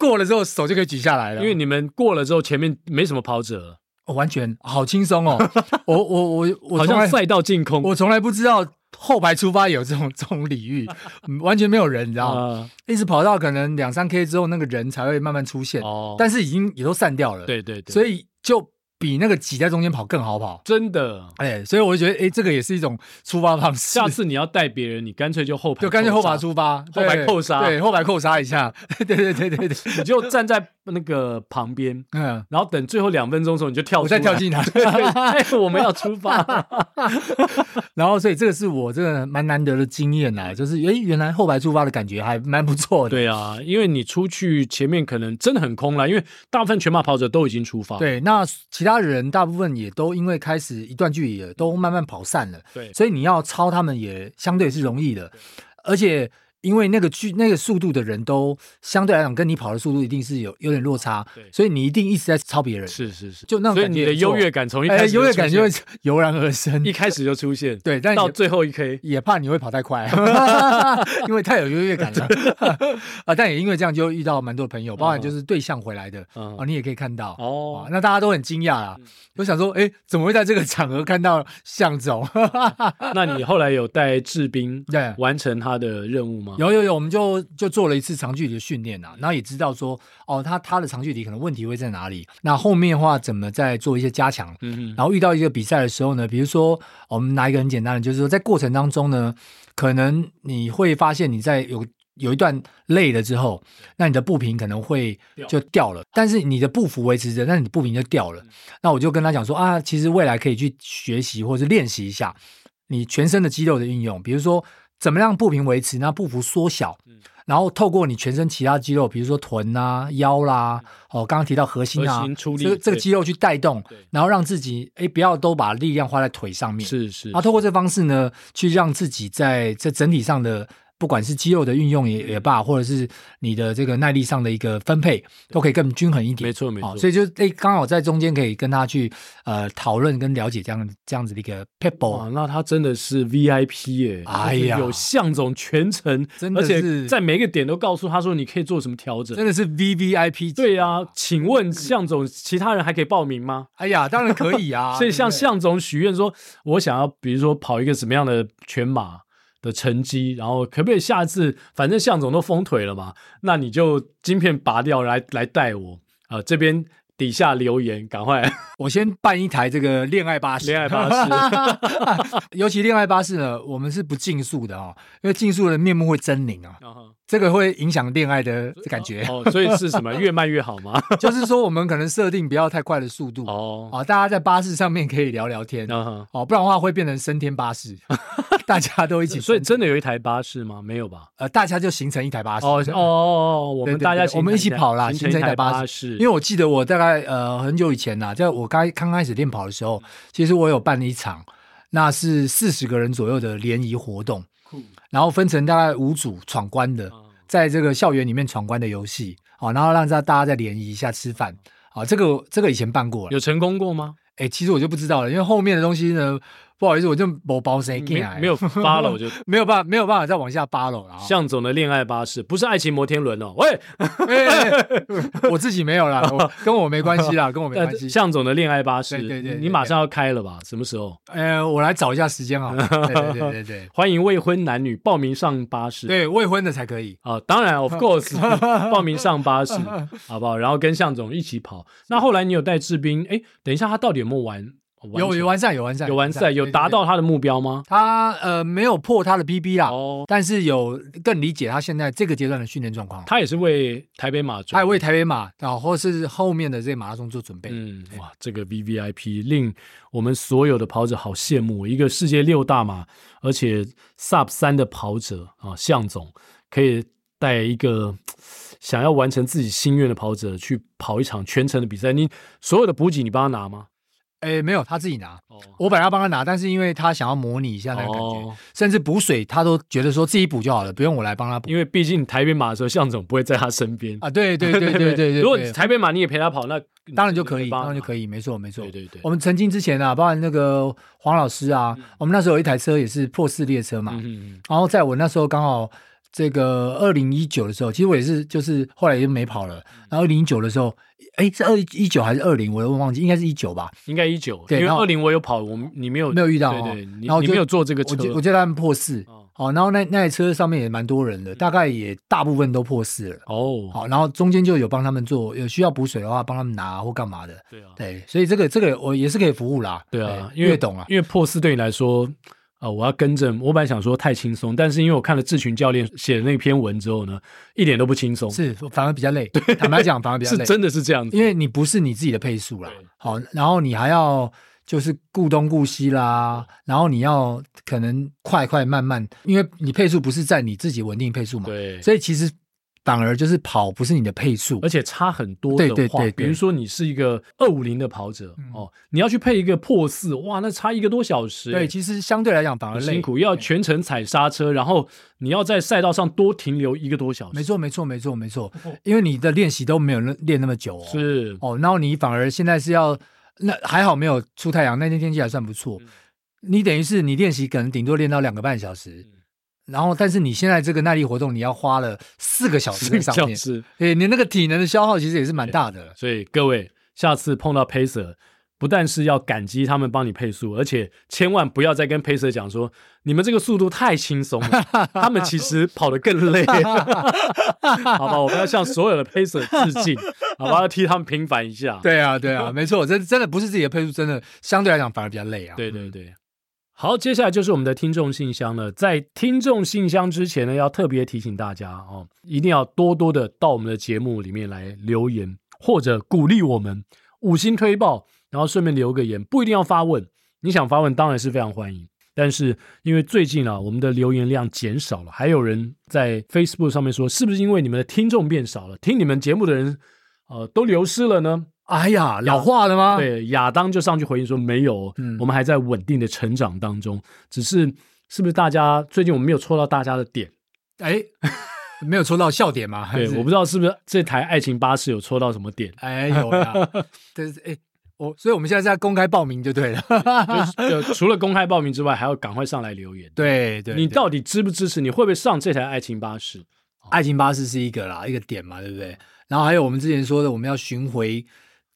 过了之后手就可以举下来了。因为你们过了之后，前面没什么跑者了，我完全好轻松 哦，我我我我好从像来赛道净空我从来不知道后排出发有这种 这种礼遇，嗯完全没有人，你知道吗？啊，一直跑到可能两三 K 之后，那个人才会慢慢出现，哦，但是已经也都散掉了。对对对，所以以就比那个挤在中间跑更好跑。真的，哎，所以我就觉得，哎，这个也是一种出发方式下。次你要带别人，你干脆就后排，就干脆后排，出发，对啊后排扣杀对，后排扣杀一下， 对对对对对，你就站在那个旁边， 嗯，然后等最后两分钟的时候，你就跳出我来，再跳进来， 哎，我们要出发了，然后所以这个是我这个蛮难得的经验啦，就是哎，诶原来后排出发的感觉还蛮不错的。 对啊，因为你出去前面可能真的很空了，因为大部分全马跑者都已经出发，对，那其他人大部分也都因为开始一段距离了，都慢慢跑散了，对，所以你要超他们也相对是容易的，而且因为那个距那个速度的人都相对来讲跟你跑的速度一定是有有点落差对，所以你一定一直在超别人，是是是，就那种所以感觉你的也不错优越感从一哎开始优越感就会出现油然而生一。开始就出现，对，但到也最后一 K，也怕你会跑太 快，因为太有优越感了啊！但也因为这样，就遇到蛮多朋友，包含就是对象回来的嗯啊，你也可以看到啊哦，，嗯那大家都很惊讶啦，都想说，哎，怎么会在这个场合看到向总？ 那你后来有带志兵对，完成他的任务吗？有有有，我们就就做了一次长距离的训练啊，然后也知道说，哦，他他的长距离可能问题会在哪里，那后面的话怎么再做一些加强。嗯哼，然后遇到一个比赛的时候呢，比如说哦我们拿一个很简单的，就是说在过程当中呢，可能你会发现你在有有一段累了之后，那你的步频可能会就掉了，但是你的步幅维持着，但是你步频就掉嗯了。那我就跟他讲说啊，其实未来可以去学习或是练习一下你全身的肌肉的运用，比如说怎么样步频维持，那步幅缩小。嗯然后透过你全身其他肌肉，比如说臀啊、腰啦、哦，刚刚提到核心啊，嗯核心出力这个这个对肌肉去带动对，然后让自己哎不要都把力量花在腿上面，是是然后，透过这方式呢，去让自己在这整体上的，不管是肌肉的运用也也罢，或者是你的这个耐力上的一个分配，都可以更均衡一点。没错没好，错，所以就哎，刚好在中间可以跟他去呃讨论跟了解这样这样子的一哦个 people，哇，那他真的是 VIP 耶！哎就是呀有向总全程，真的而且是在每个点都告诉他说你可以做什么调 整。真的是 V V I P。哦对呀、请问向总，其他人还可以报名吗？哎呀，当然可以啊。 所以向对不对向总许愿说，我想要比如说跑一个什么样的全马的成绩，然后可不可以下次，反正向总都封腿了嘛，那你就晶片拔掉来来带我啊、呃这边底下留言，赶快 我先办一台这个恋爱巴士，恋爱巴士， 尤其恋爱巴士呢，我们是不竞速的哦，因为竞速的面目会狰狞啊，这个会影响恋爱的感觉。哦，所以是什么越慢越好吗？ 就是说，我们可能设定不要太快的速度啊、 哦，大家在巴士上面可以聊聊天嗯哼哦，不然的话会变成升天巴 士，大家都一起，所以真的有一台巴士吗？没有吧？呃，大家就形成一台巴士 哦哦哦，哦，我们对对大家对形我们一成起台跑啦形成形成一台台巴士士，因为我记得我大概呃很久以前呐、在我刚刚开始练跑的时候，其实我有办了一场，那是四十个人左右的联谊活动，然后分成大概五组闯关的，哦在这个校园里面闯关的游戏，好、然后让大大家再联谊一下吃饭，好、这个这个以前办过了，有成功过吗？哎，其实我就不知道了，因为后面的东西呢，不好意思，我就没包谁进没来， 没有发了，我就没有办法没有办法再往下扒了啊。向总的恋爱巴士不是爱情摩天轮哦，喂，哎哎哎我自己没有啦， 我跟我没关系啦，跟我没呃关系。向总的恋爱巴士，对对对对你马上要开了吧？什么时候？呃，我来找一下时间好了。对对对对 对，欢迎未婚男女报名上巴士。对未婚的才可以。啊，当然，of course，报名上巴士，好不好？然后跟向总一起跑。那后来你有带志兵？哎，等一下，他到底有没有玩？有有完完赛，有完赛，成有完赛，有对对达对到他的目标吗？他呃没有破他的 PB 啦，哦，但是有更理解他现在这个阶段的训练状况。他也是为台北马准他也备为台北马啊，或是后面的这个马拉松做准备。嗯，哇，这个 V V I P 令我们所有的跑者好羡慕，哦一个世界六大马，而且 Sub 三的跑者啊，向总可以带一个想要完成自己心愿的跑者去跑一场全程的比赛。你所有的补给你帮他拿吗？哎，没有，他自己拿。哦我本来要帮他拿，但是因为他想要模拟一下那个感觉，哦，甚至补水他都觉得说自己补就好了，不用我来帮他补因为毕竟台北马的时候，向总不会在他身边。啊。对对对对对对，如果对台北马你也陪他跑，那当然就可以，帮当然就哦可以。以，没错没错对。对对，我们曾经之前啊，包含那个黄老师啊，我们那时候有一台车也是破四列车嘛，嗯嗯嗯然后在我那时候刚好这个二零一九的时候，其实我也是就是后来也没跑嗯了。然后二零一九的时候，哎，是二一九还是二零？我都忘记，应该是一九吧。应该一九，因对为然后二零我有跑，我们你没有没有遇到对哦对，你然后我你就没有坐这个我车记，我记得他们破四哦嗯哦，然后那那台车上面也蛮多人的，大概也大部分都破四了。哦，好，然后中间就有帮他们做，有需要补水的话帮他们拿或干嘛的。对啊，对，所以这个这个我也是可以服务啦。对啊，因为越懂啊。因为破四对你来说，啊，我要跟正，我本来想说太轻松，但是因为我看了志群教练写的那篇文之后呢，一点都不轻松，是反而比较累，坦白讲反而比较 是累，真的是这样子，因为你不是你自己的配速啦对，好，然后你还要就是顾东顾西啦，嗯然后你要可能快快慢慢，因为你配速不是在你自己稳定配速嘛，对，所以其实反而就是跑不是你的配速而，且差很多对的话，对对对比如说你是一个二五零的跑者、嗯哦，你要去配一个破四，哇，那差一个多小时，对，其实相对来讲反而很累，辛苦，要全程踩刹车，然后你要在赛道上多停留一个多小时，没错没错没错没错，因为你的练习都没有那练那么久哦，是，哦，然后你反而现在是要那还好没有出太阳，那天天气还算不错。你等于是你练习可能顶多练到两个半小时，然后但是你现在这个耐力活动你要花了四个小时在是上这样面，是，哎，你那个体能的消耗其实也是蛮大的。所以各位下次碰到 Pacer，不但是要感激他们帮你配速，而且千万不要再跟 Pacer 讲说你们这个速度太轻松了，他们其实跑得更累。 好吧，我们要向所有的 Pacer 致敬，好吧，要替他们平反一下。 对啊，对啊，没错，真真的不是自己的配速，真的相对来讲反而比较累啊。对对对。好，接下来就是我们的听众信箱了。在听众信箱之前呢，要特别提醒大家哦，一定要多多的到我们的节目里面来留言，或者鼓励我们五星推爆，然后顺便留个言，不一定要发问。你想发问当然是非常欢迎，但是因为最近啊，我们的留言量减少了，还有人在 Facebook 上面说，是不是因为你们的听众变少了，听你们节目的人呃都流失了呢？哎呀，老化了吗？，对，亚当就上去回应说没有，嗯我们还在稳定的成长当中，只是是不是大家最近我们没有戳到大家的点？哎，没有戳到笑点吗？还对，是，我不知道是不是这台爱情巴士有戳到什么点 哎有啦，但是哎，我所以我们现在在公开报名就对了。 就是就除了公开报名之外，还要赶快上来留言。对对，你对到底支不支持？你会不会上这台爱情巴士？爱情巴士是一个啦，一个点嘛，对不对？然后还有我们之前说的，我们要巡回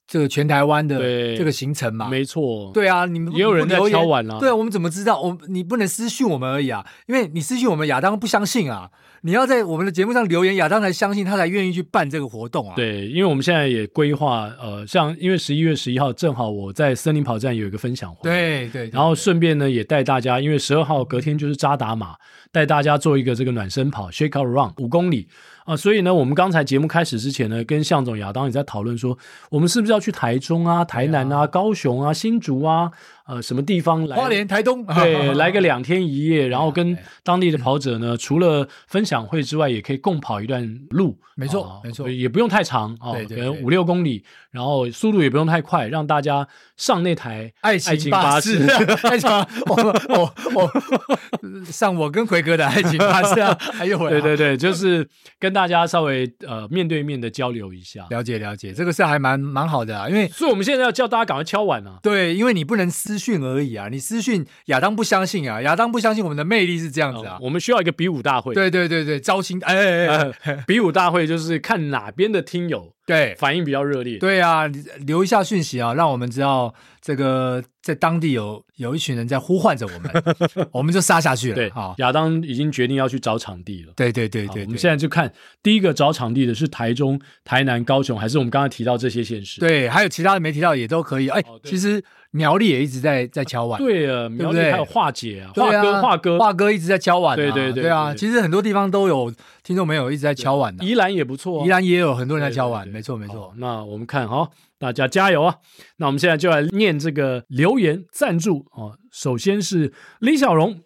这个全台湾的对这个行程嘛。没错，对啊，你们也有人在不留言敲碗啦对啊，我们怎么知道？我你不能私讯我们而已啊，因为你私讯我们，亚当不相信啊。你要在我们的节目上留言，亚当才相信，他才愿意去办这个活动啊。，对，因为我们现在也规划，呃，像因为十一月十一号正好我在森林跑站有一个分享会，对对，然后顺便呢，也带大家，因为十二号隔天就是扎达马，带大家做一个这个暖身跑 shake out run 五公里啊、所以呢，我们刚才节目开始之前呢，跟向总、亚当也在讨论说，我们是不是要去台中啊、台南哎啊、高雄啊、新竹啊，呃，什么地方 来？花莲、台东， 对，来个两天一夜，然后跟对当地的跑者呢，除了分享会之外，也可以共跑一段路。没错啊没错也不用太长啊，对对可能对五六公里，然后速度也不用太快，让大家上那台爱情情巴士士。， 爱情巴，我我我上我跟奎哥的爱情巴士啊，还有对对对，就是跟大家稍微呃面对面的交流一下。了解了解，这个是还蛮蛮好的啊，因为所以我们现在要叫大家赶快敲碗啊！对，因为你不能私讯而已啊，你私讯亚当不相信啊，亚当不相信我们的魅力是这样子啊呃，我们需要一个比武大会。，对对对对，招新哎哎哎， 呃，比武大会就是看哪边的听友对反应比较热烈。，对啊，你留一下讯息啊，让我们知道这个在当地有有一群人在呼唤着我 们，我们就杀下去了，对好，，亚当已经决定要去找场地了。对对对好对我们对。现在就看第一个找场地的是台中、台南、高雄，还是我们刚刚提到这些县市？对，还有其他的没提到也都可以。哎、哦对其实苗栗也一直在在敲碗，对呃，苗栗对不对还有化解啊，对华哥、啊，华哥、华哥一直在敲碗、啊，对对对对啊。对对其实很多地方都有听众朋友一直在敲碗的、宜兰也不错、啊，宜兰也有很多人在对敲对碗，对哦没错没好错。那我们看哈、大家加油啊！那我们现在就来念这个留言赞助哦。首先是李小荣，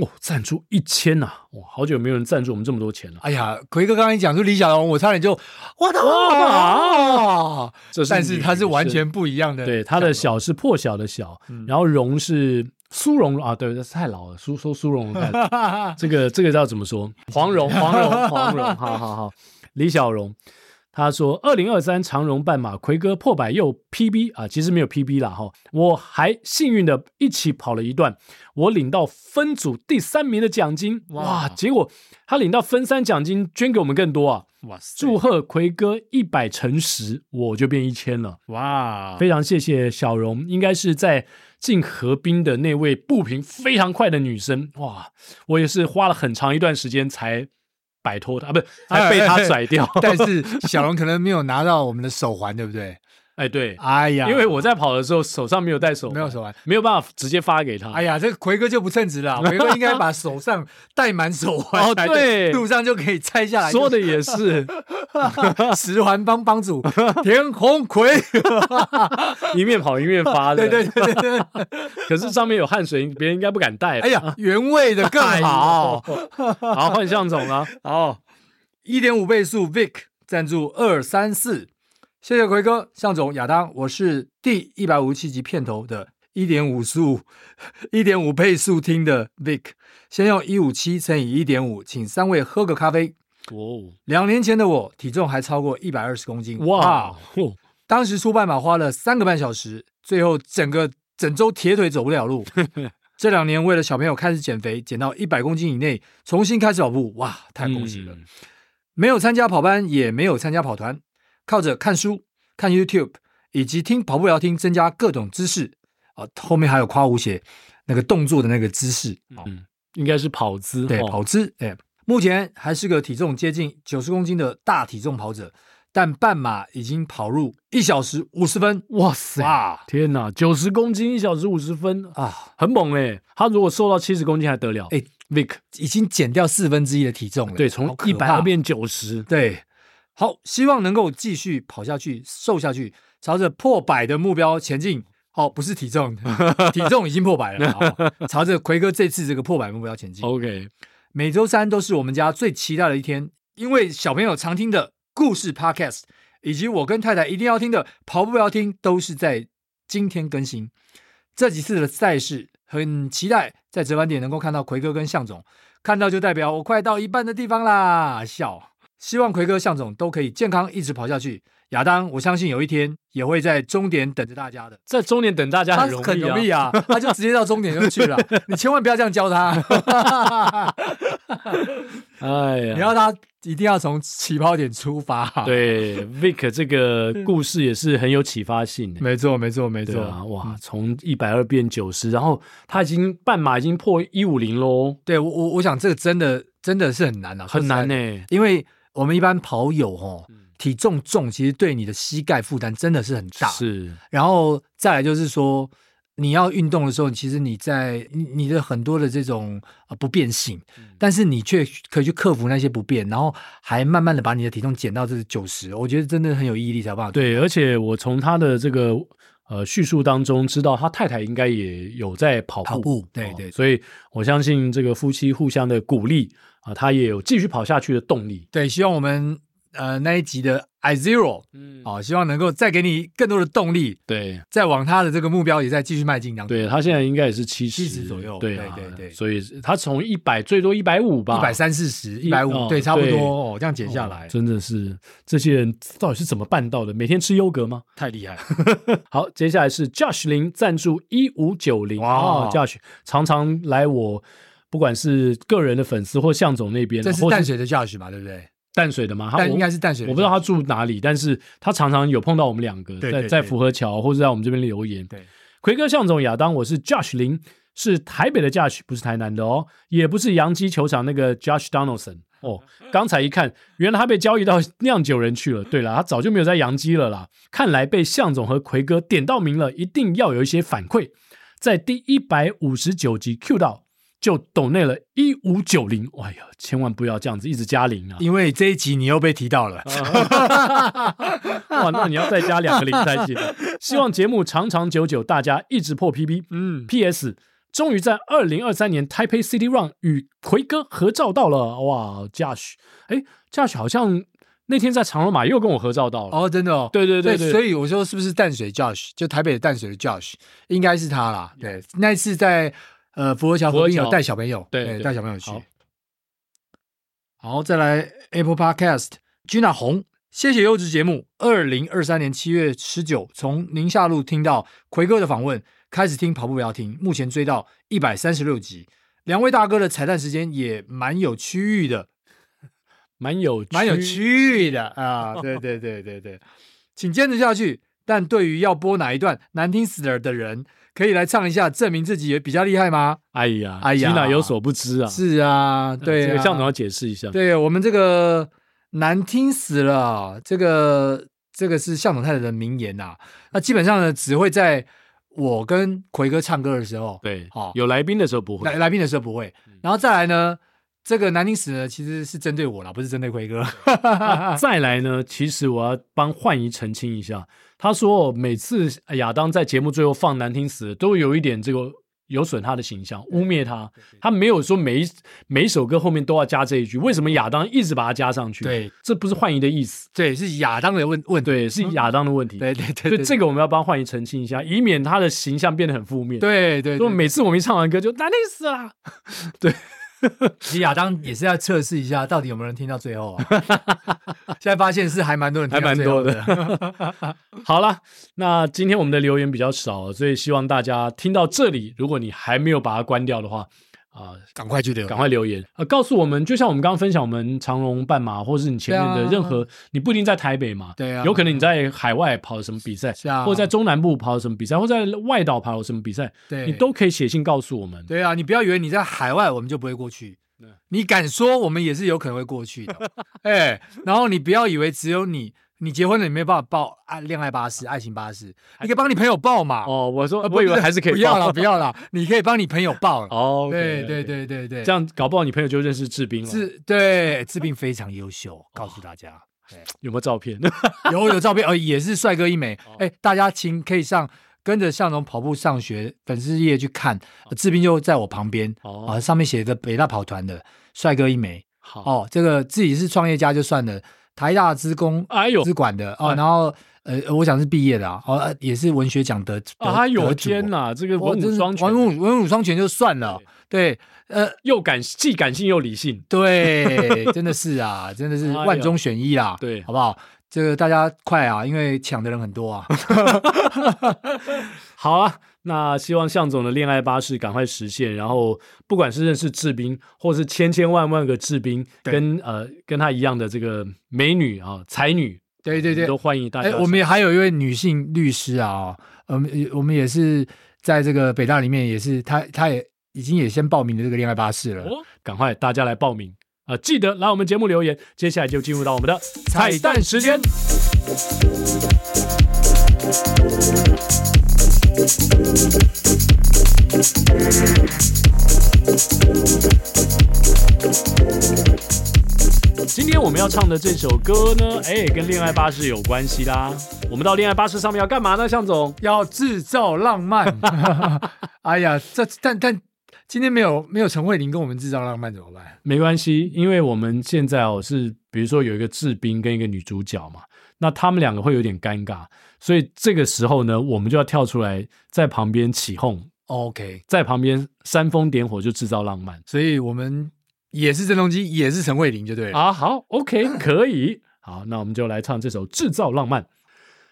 哦，赞助一千呐、哇，好久没有人赞助我们这么多钱了、哎呀，奎哥刚才讲出李小龙，我差点就我的哇哇！这是但是女他是完生全不一样的。 对，他的小是破晓的小，嗯然后荣是苏荣荣啊，对，这太老了，苏说苏荣荣太老了这个这个要怎么说？黄 蓉，黄蓉，黄蓉，好好好，李小荣。他说：“二零二三长荣半马，奎哥破百又 PB 啊，其实没有 PB 啦哈，我还幸运的一起跑了一段，我领到分组第三名的奖金，哇！哇结果他领到分三奖金，捐给我们更多啊！哇塞，祝贺奎哥一百乘十，我就变一千了。”哇，非常谢谢小荣，应该是在进河滨的那位步频非常快的女生。哇，我也是花了很长一段时间才摆脱她，啊，不是才被 她甩掉。但是小龙可能没有拿到我们的手环，对不对？哎，对，哎呀，因为我在跑的时候手上没有带手，没有手环，没有办法直接发给她。哎呀，这个奎哥就不称职 了啊，奎哥应该把手上戴满手环，哦对 路上就可以拆下来。说的也是， 就十环帮帮主田红奎，一面跑一面发的。 对对对对对，可是上面有汗水，别人应该不敢 带。哎，呀，原味的更好，好换向总啊 了。哎好，一点五倍速 Vic 赞助二三四，谢谢奎哥、向总、亚当，我是第一百五十七集片头的一点五速、一点五倍速听的 Vic，先用一五七乘以一点五，请三位喝个咖啡。哦，两年前的我体重还超过一百二十公斤，啊哇，哦当时出半马花了三个半小时，最后整个整周铁腿走不了 路。这两年为了小朋友开始减肥，减到一百公斤以内，重新开始跑步，哇，太恭喜了！嗯没有参加跑班，也没有参加跑团，靠着看书、看 YouTube 以及听跑步聊天增加各种知识啊。后面还有夸无鞋那个动作的那个啊姿势，嗯应该是跑姿。对，哦跑姿，哎，目前还是个体重接近九十公斤的大体重跑者，但半马已经跑入一小时五十分，哇塞，哇天哪，九十公斤一小时五十分，啊，很猛哎、他如果瘦到七十公斤还得了？哎 Vic，已经减掉四分之一的体重了，对，从好可一百二怕变 九十，对，好，希望能够继续跑下去，瘦下去，朝着破百的目标前进。好，不是体重， 体重已经破百了，好不好朝着奎哥这次这个破百目标前进。 OK，每周三都是我们家最期待的一天，因为小朋友常听的故事 Podcast，以及我跟太太一定要听的跑步要听，都是在今天更新。这几次的赛事，很期待在折返点能够看到奎哥跟向总，看到就代表我快到一半的地方啦，笑。希望奎哥、向总都可以健康一直跑下去。亚当，我相信有一天也会在终点等着大家的。在终点等大家他很容易、啊，很容易啊，他就直接到终点就 去了。你千万不要这样教他。哎你呀。要他一定要从起跑点出发、对，Vic 这个故事也是很有启发性的、没错，没错，没对错。啊，哇，从一百二变九十，然后他已经半马已经破一五零喽，对我我我想这个真的真的是很难啊，很难呢、欸嗯呢、因为我们一般跑友哦，体重重其实对你的膝盖负担真的是很大。，是，然后再来就是说。你要运动的时候，其实你在你你的很多的这种呃不便性，嗯但是你却可以去克服那些不便，然后还慢慢的把你的体重减到这九十，我觉得真的很有毅力才有办法。，对，而且我从他的这个呃叙述当中知道，他太太应该也有在跑步，跑步对哦对所以我相信这个夫妻互相的鼓励啊、他也有继续跑下去的动力。对，希望我们呃那一集的 I Zero 嗯好、希望能够再给你更多的动力，对，再往他的这个目标也在继续迈进当中。对他现在应该也是七十70左右对啊对对对所以他从一百最多一百五吧，一百三四十、一百哦五，对，差不对多哦，这样减下来哦，真的是这些人到底是怎么办到的？每天吃优格吗？太厉害了。好，接下来是 Josh 林赞助一五九零哇哦 Josh 常常来我。不管是个人的粉丝或向总那边，啊这是或淡水的 Josh 嘛，对不对？淡水的吗？他但我应该是淡水的我不知道他住哪里，但是他常常有碰到我们两个对在对在对福和桥或者在我们这边留言。对，奎哥、向总、亚当，我是 Josh 林，是台北的 Josh，不是台南的哦，也不是洋基球场那个 Josh Donaldson 哦。刚才一看，原来他被交易到酿酒人去了。对了，他早就没有在洋基了啦。看来被向总和奎哥点到名了，一定要有一些反馈。在第一百五十九集 Q 到就抖内了一五九零，哎呀，千万不要这样子一直加零啊！因为这一集你又被提到了，嗯 哇，那你要再加两个零才行。希望节目长长久久，大家一直破 PB。嗯， P.S. 终于在二零二三年 Taipei City Run 与奎哥合照到了。哇，Josh，哎，Josh 好像那天在长龙马又跟我合照到了。哦，真的哦，对对对对对，所以我说是不是淡水 Josh，就台北的淡水的 Josh，应该是他啦。对，那一次在呃福和桥福和河边桥有带小朋友，对对带小朋友去好。好，再来 Apple Podcast Gina 红，谢谢优质节目。二零二三年七月十九，从宁夏路听到奎哥的访问，开始听跑步不要停，目前追到一百三十六集。两位大哥的彩蛋时间也蛮有区域的，蛮有蛮有趣的 啊！对对对对对，请坚持下去。但对于要播哪一段难听死了的人，可以来唱一下，证明自己也比较厉害吗？哎呀，哎呀吉娜有所不知啊，是啊，对这啊，个向总要解释一下。对我们这个难听死了，这个这个是向总太太的名言呐、那基本上呢，只会在我跟奎哥唱歌的时候，对好、有嗯来宾的时候不会来。来宾的时候不会，然后再来呢，这个难听死了其实是针对我啦，不是针对奎嗯 哥。那再来呢，其实我要帮焕仪澄清一下，他说每次呃亚当在节目最后放难听死了，都有一点这个有损他的形象，污蔑他。他没有说每一每一首歌后面都要加这一句，为什么亚当一直把它加上去？对，这不是焕仪的意思，对，是亚当的问问题。对，是亚当的问题。嗯对对对所以对，这个我们要帮焕仪澄清一下，以免他的形象变得很负面。，对对所以对，每次我们一唱完歌就难听死啊了。其实亚当也是要测试一下，到底有没有人听到最后啊？ 现在发现是还蛮多人听到最后的，还 好啦，那今天我们的留言比较少，所以希望大家听到这里，如果你还没有把它关掉的话，啊、赶快去留，赶快留言，呃，告诉我们，就像我们刚刚分享我们长荣半马，或是你前面的对啊任何，你不一定在台北嘛，对啊有可能你在海外跑什么比赛，是啊或者在中南部跑什么比赛，或在外岛跑什么比赛，对你都可以写信告诉我们。对啊，你不要以为你在海外我们就不会过去，你敢说我们也是有可能会过去 的，哎，然后你不要以为只有你，你结婚了你没办法报爱恋爱巴士、爱情巴士，你可以帮你朋友报嘛。哎哦，我说呃不我以为还是可以不要报了，不要了，你可以帮你朋友报了。 哦，对对 OK，OK，对对对，这样搞不好你朋友就认识志斌了，治对治病非常优秀，告诉大家。 有没有照片？ 有有照片，呃，也是帅哥一枚哦。哎、大家请可以上跟着向荣跑步上学粉丝页去看，呃志斌就在我旁边啊、哦，上面写着北大跑团的帅哥一枚好，哦。这个自己是创业家就算了，台大资工哎呦资，管的哦，哎然后呃，我想是毕业的啊，哦，呃也是文学奖得得哎呦得主天哪，这个哦文真武是双全，文武文武双全就算了，对，呃，又感既感性又理 性，对，真的是啊，真的是哎呀万中选一啦，对好不好？这个大家快啊，因为抢的人很多 啊。好啊，那希望向总的恋爱巴士赶快实现，然后不管是认识志斌，或是千千万万个志斌，对跟呃跟他一样的这个美女啊、才女，对对对都，欢迎大家。哎，我们也还有一位女性律师啊、哦，我们我们也是在这个北大里面，也是她她也已经也先报名了这个恋爱巴士了。哦赶快大家来报名啊、呃记得来我们节目留言。接下来就进入到我们的彩蛋时间。今天我们要唱的这首歌呢，哎，跟恋爱巴士有关系啦。我们到恋爱巴士上面要干嘛呢？向总，要制造浪 漫， 哎呀，这但但今天没有没有陈慧琳跟我们制造浪漫怎么办？没关系，因为我们现在哦是，比如说有一个志斌跟一个女主角嘛，那他们两个会有点尴尬，所以这个时候呢，我们就要跳出来在旁边起哄， OK，在旁边煽风点火，就制造浪漫所以我们也是郑中基，也是陈慧琳，就对了。啊！好，OK，可 以，好，那我们就来唱这首《制造浪漫》。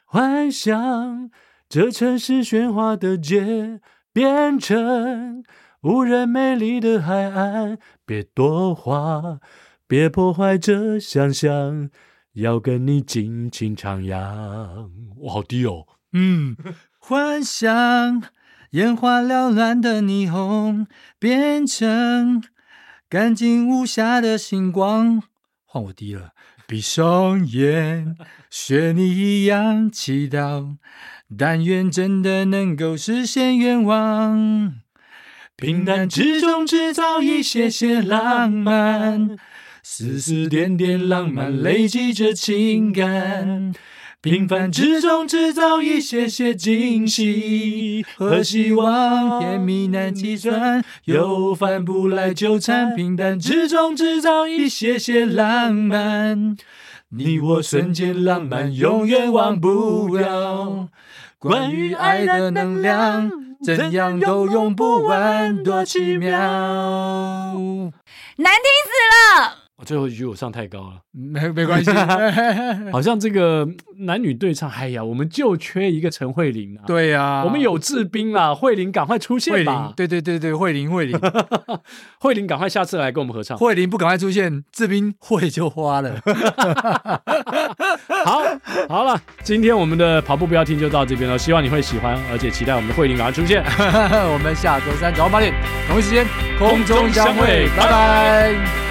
幻想这城市喧哗的街变成无人美丽的海岸，别多话，别破坏这想象，要跟你尽情徜徉。哇，好低哦！嗯，幻想眼花缭乱的霓虹变成干净无瑕的星光。换我低了。闭上眼，学你一样祈祷，但愿真的能够实现愿望。平淡之中制造一些些浪漫，丝丝点点浪漫累积着情感，平凡之中制造一些些惊喜和希望，甜蜜难计算，有有饭饭不不来来就就餐，餐，平平淡淡之之中中制制造造一一些些些些浪浪漫。漫。你我瞬间浪漫，永远忘不了。关于爱的能量，怎样都用不完，多奇妙。难听死了。我最后一句我上太高了，没 没 关系，好像这个嗯男女对唱，哎呀，我们就缺一个陈慧琳啊。。对呀、我们有志斌啦，慧琳赶快出慧现玲吧，！对对对对，慧玲 慧玲慧琳赶快下次来跟我 们合唱。慧玲不赶快出现，志斌会就花 了。好，好了，今天我们的跑步不要停就到这边了，希望你会喜欢，而且期待我们的慧琳赶快出现。我们下周三早上八点同一时间空中相会拜拜